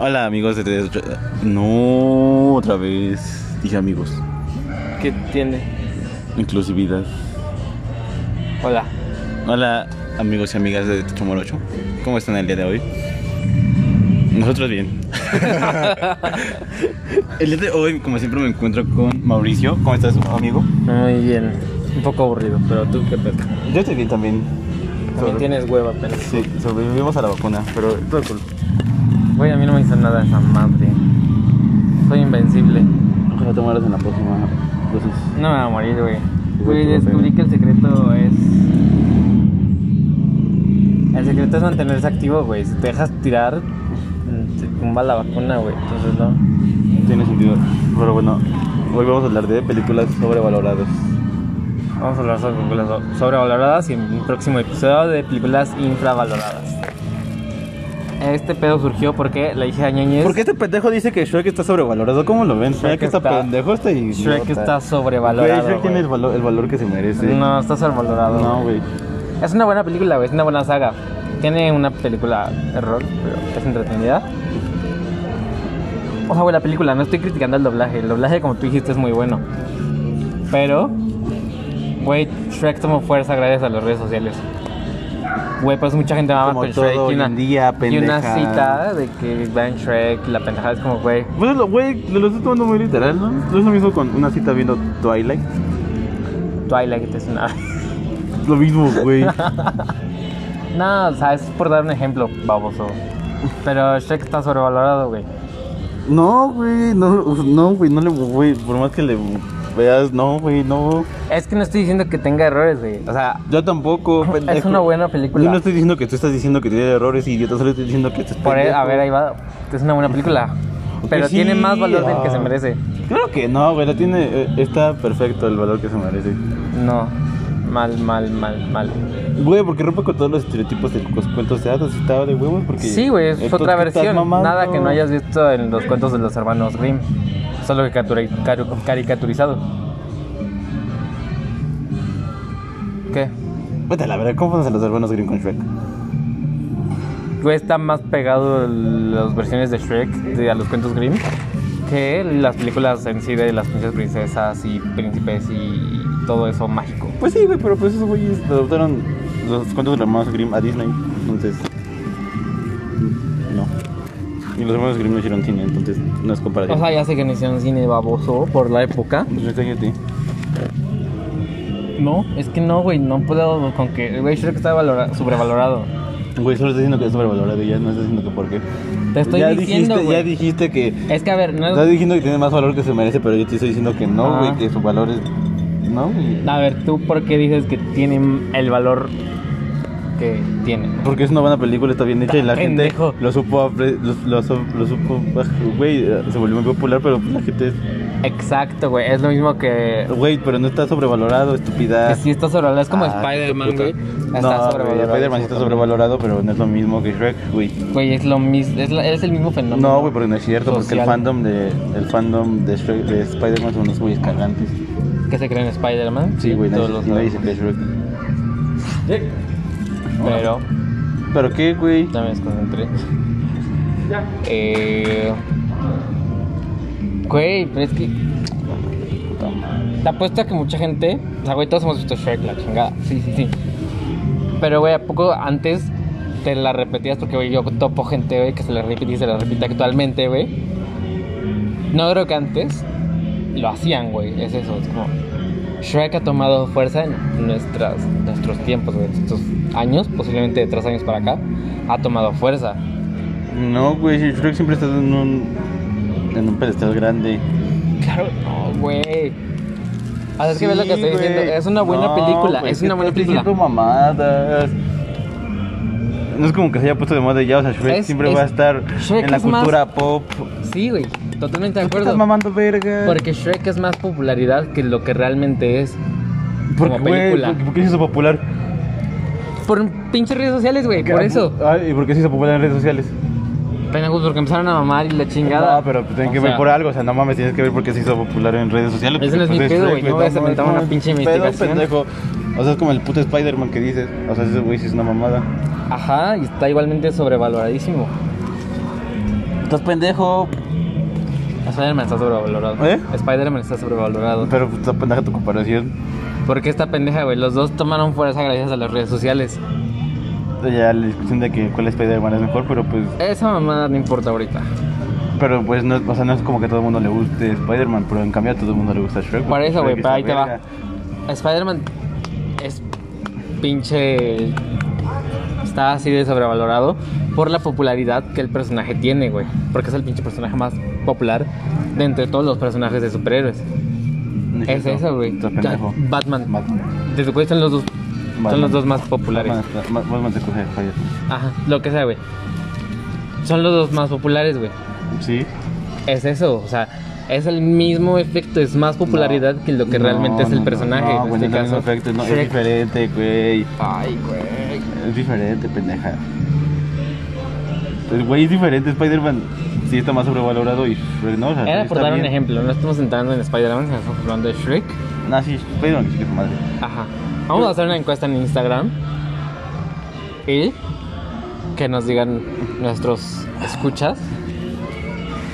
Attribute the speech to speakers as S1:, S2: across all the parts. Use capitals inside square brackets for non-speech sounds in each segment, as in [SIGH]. S1: Hola amigos de 38. No, otra vez. Dije amigos.
S2: ¿Qué tiene?
S1: Inclusividad.
S2: Hola.
S1: Hola amigos y amigas de 8 ¿Cómo están el día de hoy? Nosotros bien. [LAUGHS] el día de hoy, como siempre, me encuentro con Mauricio. ¿Cómo estás, amigo?
S2: Muy bien. Un poco aburrido, pero tú qué pedo.
S1: Yo estoy bien también.
S2: También tienes hueva apenas.
S1: Sí, sobrevivimos a la vacuna, pero todo cool.
S2: Güey, a mí no me hizo nada esa madre. Soy invencible.
S1: Ojalá te mueras en la próxima dosis.
S2: No me voy a morir, güey. Güey,
S1: todo
S2: descubrí
S1: feo.
S2: que el secreto es. El secreto es mantenerse activo, güey. Si te dejas tirar, mm, te tumba la vacuna, güey. Entonces, no.
S1: Tiene sentido. Pero bueno, hoy vamos a hablar de películas sobrevaloradas.
S2: Vamos a hablar sobre películas so- sobrevaloradas y en un próximo episodio de películas infravaloradas. Este pedo surgió porque la hija de Ñañez.
S1: ¿Por qué este pendejo dice que Shrek está sobrevalorado? ¿Cómo lo ven? Shrek,
S2: Shrek
S1: está,
S2: está-
S1: pendejo este y.
S2: Shrek está sobrevalorado,
S1: Shrek tiene
S2: güey.
S1: el valor, el valor que se merece.
S2: No, está sobrevalorado.
S1: No, güey.
S2: Es una buena película, güey, es una buena saga. Tiene una película error, pero es entretenida. O sea, güey, la película, no estoy criticando el doblaje. El doblaje, como tú dijiste, es muy bueno. Pero, güey, Shrek tomó fuerza gracias a las redes sociales. Güey, pues mucha gente amaba
S1: Como
S2: con
S1: todo
S2: Shrek.
S1: hoy
S2: y, una,
S1: en día,
S2: y una
S1: pendeja.
S2: cita de que van Shrek, y la pendejada es como, güey.
S1: Bueno, Pues lo- güey, lo, lo estoy tomando muy literal, ¿no? No es lo mismo con una cita viendo Twilight.
S2: Twilight es una. [LAUGHS]
S1: Lo mismo, güey.
S2: no, o sea, es por dar un ejemplo, baboso. Pero Shrek está sobrevalorado, güey.
S1: no, güey, no, no, güey, no le, güey, por más que le veas, no, güey, no.
S2: Es que no estoy diciendo que tenga errores, güey. O sea,
S1: Yo tampoco, pendejo.
S2: es una buena película.
S1: Yo no estoy diciendo que tú estás diciendo que tiene errores, idiota, solo estoy diciendo que tú
S2: Por ahí- a ver, ahí va. Es una buena película. Pero
S1: sí,
S2: tiene más valor del que se
S1: ah.
S2: merece.
S1: Claro que no, güey, la tiene, eh, está perfecto el valor que se merece.
S2: No. Mal, mal, mal, mal.
S1: Güey, porque rompe con todos los estereotipos de los cuentos de hadas, estaba de huevos porque...
S2: Sí, güey, es
S1: Entonces,
S2: otra
S1: ¿qué estás
S2: versión.
S1: mamando?
S2: Nada que no hayas visto en los cuentos de los hermanos Grimm. Solo que catura- caru- caricaturizado. ¿Qué?
S1: Vete a la verdad, ¿cómo a los hermanos Green con Shrek?
S2: Güey, está más pegado el- las versiones de Shrek de, a los cuentos Grimm que las películas en sí de las princesas, princesas y príncipes y todo eso mágico.
S1: Pues sí, güey, pero pues esos güeyes adoptaron los cuentos de los hermanos Grimm a Disney, entonces... No. Y los hermanos Grimm no hicieron cine, entonces no es
S2: O
S1: comparativo.
S2: sea, ya sé que no hicieron cine baboso por la época.
S1: Pues cállate.
S2: No, es que no, güey, no puedo con que. Güey, Shrek está valora- sobrevalorado.
S1: Güey, solo estoy diciendo que es sobrevalorado y ya no estoy diciendo que por qué.
S2: Te estoy
S1: ya
S2: diciendo,
S1: dijiste, Ya
S2: güey.
S1: dijiste que...
S2: Es que a ver, no
S1: Estás diciendo que tiene más valor que se merece, pero yo te estoy diciendo que no,
S2: Ah.
S1: güey, que su valor es. No, güey.
S2: A ver, ¿tú por qué dices que tiene el valor que tiene?
S1: Porque es una buena película, está bien hecha y la
S2: Pendejo.
S1: gente lo supo. apre- Lo, lo su- lo supo. Güey, eh, se volvió muy popular, pero pues, la gente es.
S2: Exacto, güey, es lo mismo que.
S1: Güey, pero no está sobrevalorado,
S2: Que
S1: estúpida.
S2: sí está sobrevalorado, es como
S1: Ah,
S2: Spider-Man,
S1: puta.
S2: güey.
S1: No,
S2: Está
S1: güey, Spider-Man sí está sobrevalorado, pero no es lo mismo que Shrek, güey.
S2: Güey, es lo mismo, es, la- es el mismo fenómeno.
S1: No, güey, porque no es cierto, porque el
S2: Social.
S1: fandom de, el fandom de, Shrek- de Spider-Man son unos güeyes cagantes.
S2: Que se creen Spider-Man.
S1: Sí, güey,
S2: todos
S1: nadie,
S2: los
S1: nadie
S2: lados.
S1: se cree Shrek.
S2: Pero,
S1: ¿Pero qué, güey?
S2: ya me [LAUGHS] desconcentré. Eh. Güey, pero es que. Te apuesto a que mucha gente. O sea, güey, todos hemos visto Shrek, la chingada. Sí, sí, sí. Pero, güey, ¿a poco antes te la repetías? Porque, güey, yo topo gente, güey, que se la repite y se la repite actualmente, güey. No creo que antes lo hacían, güey. Es eso, es como. Shrek ha tomado fuerza en nuestras, nuestros tiempos, güey. Estos años, posiblemente de tres años para acá, ha tomado fuerza.
S1: No, güey, Shrek siempre está en un, en un pedestal grande.
S2: Claro, no, güey. O sea, es que ves lo que
S1: Sí,
S2: estoy diciendo.
S1: güey.
S2: Es una buena
S1: No,
S2: película.
S1: güey,
S2: es una
S1: que
S2: buena
S1: estás
S2: película.
S1: diciendo mamadas. No es como que se haya puesto de moda ya, o sea, Shrek
S2: Es-
S1: siempre
S2: es-
S1: va a estar
S2: Shrek
S1: en la
S2: es más-
S1: cultura pop.
S2: Sí, güey. Totalmente de
S1: ¿Por qué estás
S2: acuerdo.
S1: mamando verga?
S2: Porque Shrek es más popularidad que lo que realmente es.
S1: Porque,
S2: como
S1: güey,
S2: película.
S1: ¿por, por qué se hizo popular?
S2: Por pinches redes sociales, güey. Por
S1: Ah,
S2: eso.
S1: ah, ¿Y por qué se hizo popular en redes sociales?
S2: Apenas porque empezaron a mamar y la chingada.
S1: No, pero pues, tienen
S2: O
S1: que ver
S2: sea,
S1: por algo, o sea, no mames, tienes que ver por qué se hizo popular en redes sociales.
S2: Ese no es
S1: porque,
S2: mi
S1: pues,
S2: pedo,
S1: Shrek,
S2: güey, no vayas a
S1: mames,
S2: inventar una
S1: mames,
S2: pinche
S1: pedo,
S2: investigación.
S1: pendejo. O sea, es como el puto Spider-Man que dices, o sea, ese güey sí es una mamada.
S2: Ajá, y está igualmente sobrevaloradísimo.
S1: Estás pendejo.
S2: Spider-Man está sobrevalorado.
S1: ¿Eh?
S2: Spider-Man está sobrevalorado.
S1: Pero pues, está pendeja tu comparación.
S2: Porque esta pendeja, güey, los dos tomaron fuerza gracias a las redes sociales.
S1: Ya la discusión de que cuál Spider-Man es mejor, pero pues.
S2: Esa mamada no importa ahorita.
S1: Pero pues no, es- o sea, no es como que a todo el mundo le guste Spider-Man, pero en cambio a todo el mundo le gusta Shrek.
S2: Por eso, güey,
S1: Shrek
S2: pero ahí te
S1: está
S2: va.
S1: verga.
S2: Spider-Man es pinche. Está así de sobrevalorado por la popularidad que el personaje tiene, güey. Porque es el pinche personaje más popular de entre todos los personajes de superhéroes.
S1: No
S2: Es
S1: cierto.
S2: eso, güey.
S1: Estás pendejo.
S2: Batman.
S1: Batman.
S2: De su son los dos. Son
S1: Batman.
S2: los dos más populares.
S1: Batman está- Ma- Batman te coge de fallas.
S2: Ajá, lo que sea, güey. Son los dos más populares, güey.
S1: Sí.
S2: Es eso, o sea, es el mismo efecto, es más popularidad que lo que
S1: No,
S2: realmente es el
S1: no, no,
S2: personaje.
S1: No, güey,
S2: en
S1: no
S2: este
S1: es el mismo
S2: caso,
S1: efecto, no, es
S2: Shrek.
S1: diferente, güey.
S2: Ay, güey.
S1: Es diferente, pendeja. El güey es diferente, Spider-Man sí está más sobrevalorado y Shrek no. o sea,
S2: Era
S1: sí
S2: por
S1: está
S2: dar un
S1: bien.
S2: ejemplo, no estamos entrando en Spider-Man, sino estamos hablando de Shrek.
S1: No, Ah, sí, Spider-Man sí que su madre.
S2: Ajá. Vamos a hacer una encuesta en Instagram. Y que nos digan nuestros escuchas.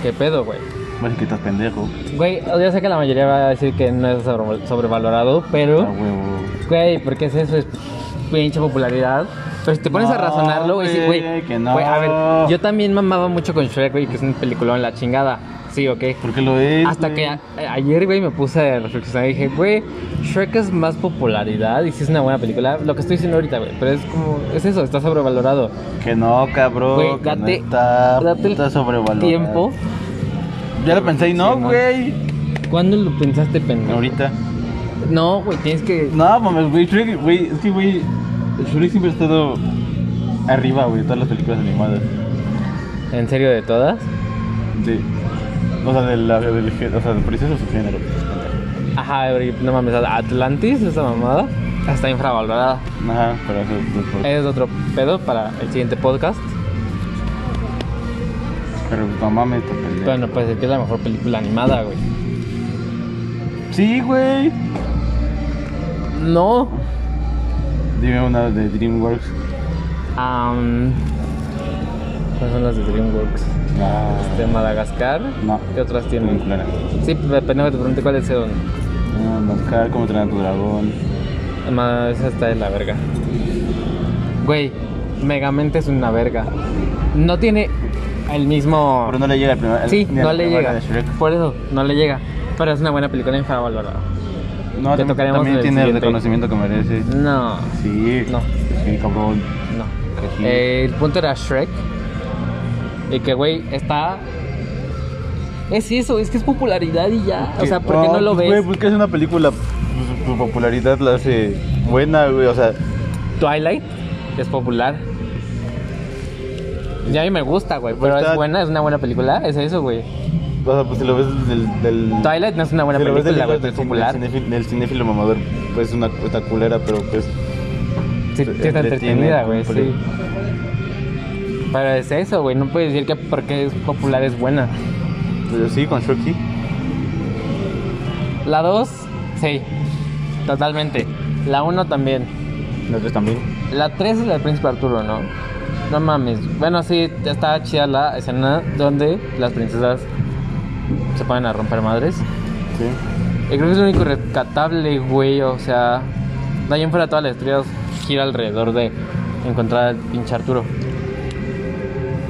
S2: ¿Qué pedo, güey?
S1: Bueno, es que estás pendejo.
S2: Güey, yo sé que la mayoría va a decir que no es sobre- sobrevalorado, pero...
S1: A Ah, huevo.
S2: Güey, porque es eso, es pinche popularidad. Pero si te pones a
S1: No,
S2: razonarlo, güey, sí,
S1: güey,
S2: güey.
S1: que no.
S2: güey, a ver, yo también mamaba mucho con Shrek, güey, que es un peliculón la chingada. Sí, ok.
S1: Porque lo es.
S2: Hasta
S1: güey.
S2: que a- ayer, güey, me puse a reflexionar y dije, güey, Shrek es más popularidad y sí es una buena película. Lo que estoy diciendo ahorita, güey, pero es como, es eso, está sobrevalorado.
S1: Que no, cabrón.
S2: Güey,
S1: que
S2: date,
S1: no está,
S2: date el
S1: está sobrevalorado.
S2: tiempo.
S1: Ya lo pensé y no,
S2: Sí, no.
S1: güey.
S2: ¿Cuándo lo pensaste, pendejo?
S1: Ahorita.
S2: No, güey, tienes que...
S1: No, mames, güey. Shrek, güey. Es que, güey. Shrek siempre ha estado arriba, güey. de Todas las películas animadas.
S2: ¿En serio de todas?
S1: Sí. O sea, del, del, gé- o sea, del precioso su género.
S2: Ajá, güey, no mames, Atlantis, esa mamada, está infravalorada.
S1: Ajá, pero eso es por-
S2: Es otro pedo para el siguiente podcast.
S1: Pero pues, no mames, te pendejo.
S2: Pero no puede ser que pues, es la mejor película animada, güey.
S1: Sí, güey.
S2: No.
S1: Dime una de DreamWorks.
S2: Am, ¿Cuáles son las de DreamWorks?
S1: Ah,
S2: De Madagascar.
S1: No.
S2: ¿Qué otras
S1: Tienen
S2: tienen?
S1: clara.
S2: Sí, depende de te pregunte cuál es el.
S1: Ah, Madagascar, cómo entrenar a tu dragón.
S2: Más esa está de la verga. Güey, Megamente es una verga. No tiene el mismo.
S1: Pero no le llega el primer.
S2: sí,
S1: ni a
S2: no
S1: la
S2: le
S1: primera
S2: llega.
S1: de Shrek.
S2: Por eso, no le llega. Pero es una buena película infravalorada.
S1: No,
S2: Te
S1: tam-
S2: tocaremos
S1: también
S2: en el
S1: tiene el
S2: siguiente.
S1: reconocimiento que merece.
S2: No,
S1: Sí.
S2: No.
S1: Sí, cabrón.
S2: no.
S1: Que sí.
S2: Eh, el punto era Shrek. Y que, güey, está. Es eso, es que es popularidad y ya. O sea, ¿por qué no lo
S1: pues,
S2: ves?
S1: Güey, pues que es una película. pues, Su popularidad la hace buena, güey. O sea,
S2: Twilight es popular. Ya a mí me gusta, güey. Pero
S1: Pues Está-
S2: es buena, es una buena película. Es eso, güey.
S1: o sea, pues si lo ves del. del
S2: Twilight no es una buena
S1: si lo ves
S2: película, güey.
S1: del cine-
S2: pero Es
S1: del
S2: popular.
S1: cinéfilo, del cinéfilo mamador, pues es una puta culera, pero pues.
S2: Sí, sí está
S1: entretiene,
S2: entretenida, güey.
S1: cumple.
S2: Sí. Pero es eso, güey. No puedes decir que porque es popular es buena.
S1: Pero sí, con Shrek sí.
S2: La 2, sí. Totalmente. La 1 también.
S1: Los tres también.
S2: La 3 es la del príncipe Arturo, ¿no? No mames. Bueno, sí, ya está chida la escena donde las princesas se ponen a romper madres.
S1: Sí.
S2: Y Eh, creo que es lo único rescatable, güey. O sea, de ahí en fuera toda la historia gira alrededor de encontrar al pinche Arturo.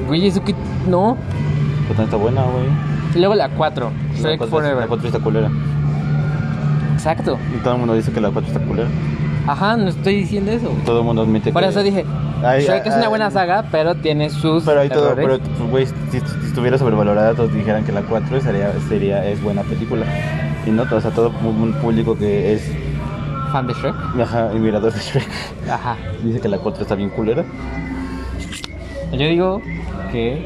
S2: Güey, eso que. No.
S1: Pero también está buena, güey.
S2: Y luego la 4,
S1: La
S2: Shrek
S1: cuatro- La
S2: Forever.
S1: 4 está culera.
S2: Exacto.
S1: Y todo el mundo dice que la 4 está culera.
S2: Ajá, no estoy diciendo eso. güey.
S1: Todo el mundo admite
S2: Por
S1: que.
S2: eso dije,
S1: Ay,
S2: Shrek es
S1: ay,
S2: una buena
S1: ay.
S2: saga, pero tiene sus.
S1: Pero hay todo, pero
S2: errores.
S1: pues, güey, si, si estuviera sobrevalorada, todos dijeran que la 4 sería, sería, es buena película. Y no, o sea, todo un un público que es
S2: Fan de Shrek.
S1: ajá, admirador de Shrek [LAUGHS]
S2: Ajá.
S1: dice que la 4 está bien culera.
S2: Yo digo que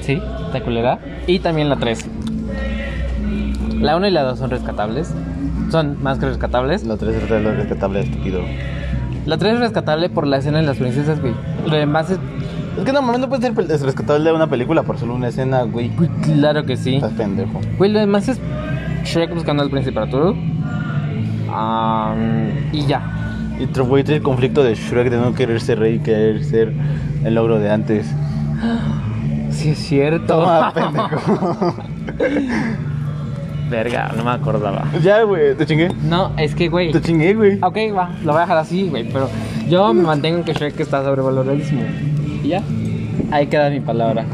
S2: sí, está culera. Y también la 3. La 1 y la 2 son rescatables. Son más que rescatables.
S1: La 3 está lo rescatable, estúpido.
S2: La 3 es rescatable por la escena de las princesas, güey. Lo demás es.
S1: Es que no, mames, no puede ser pel- es rescatable una película por solo una escena, güey.
S2: Güey, claro que sí.
S1: Estás pendejo.
S2: Güey, lo demás es Shrek buscando al príncipe Arturo. Am, y ya.
S1: Y tro- güey, trae el conflicto de Shrek de no querer ser rey, querer ser el logro de antes.
S2: sí es cierto. [LAUGHS]
S1: Toma, pendejo.
S2: Verga, no me acordaba.
S1: ya, güey, te chingué.
S2: No, es que, güey.
S1: Te chingué, güey.
S2: Ok, va, lo voy a dejar así, güey, pero yo me mantengo en que Shrek está sobrevaloradísimo. Y ya, ahí queda mi palabra.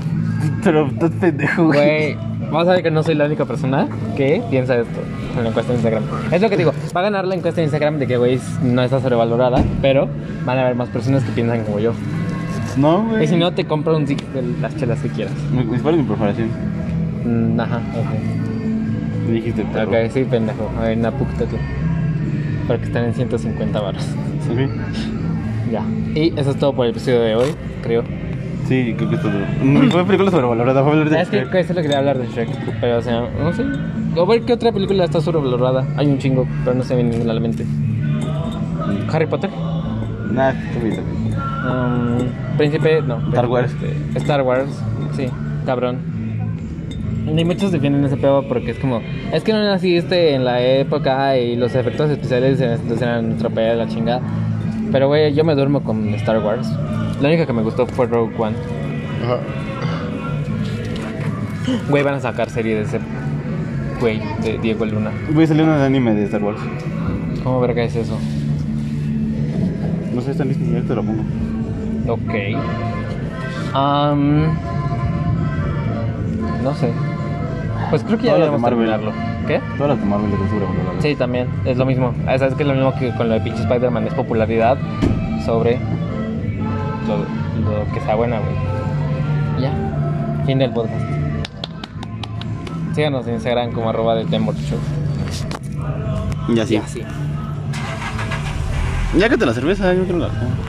S1: Pero estás pendejo, güey.
S2: Güey, vamos a ver que no soy la única persona que piensa esto en la encuesta de Instagram. Es lo que digo, va a ganar la encuesta de Instagram de que, güey, no está sobrevalorada, pero van a haber más personas que piensan como yo.
S1: No, güey.
S2: Y si no, te compro un zig de las chelas que quieras.
S1: Me disparo mi perforación.
S2: Mm, ajá, ok.
S1: Me dijiste, perro.
S2: Ok, sí, pendejo. A ver, napucta tú. Porque están en 150 baros.
S1: Sí.
S2: Ya. Y eso es todo por el episodio de hoy, creo.
S1: Sí, creo que esto no fue película sobrevalorada, fue hablar de
S2: Es que
S1: Shrek.
S2: eso lo quería hablar de Shrek, pero o sea, no sé. A ver qué otra película está sobrevalorada. Hay un chingo, pero no se ve ninguna a la mente. Harry Potter.
S1: Nah, tú bien, también.
S2: Mm, Príncipe, no. este,
S1: Star Wars.
S2: Star Wars, sí, cabrón. Ni muchos defienden ese pedo porque es como, es que no naciste en la época y los efectos especiales en- entonces eran otra pedo de la chingada. Pero güey, yo me duermo con Star Wars. La única que me gustó fue Rogue One. Güey, van a sacar serie de ese güey, de Diego Luna.
S1: Voy a salir un anime de Star Wars.
S2: ¿Cómo verga es eso?
S1: No sé, está en Disney, ahorita te lo pongo.
S2: Ok. Am, no sé. Pues creo que ya
S1: Todas las de
S2: debemos
S1: Marvel.
S2: terminarlo. ¿Qué?
S1: Todas las de Marvel están sobrevaloradas.
S2: Sí, también. Es lo mismo. Ah, Sabes que es lo mismo que con lo de pinche Spider-Man. Es popularidad sobre lo, lo que sea buena, güey. Ya. Fin del podcast. Síganos en Instagram como arroba del Temor Show.
S1: Ya sí.
S2: sí.
S1: Ya que te la cerveza, yo creo que la.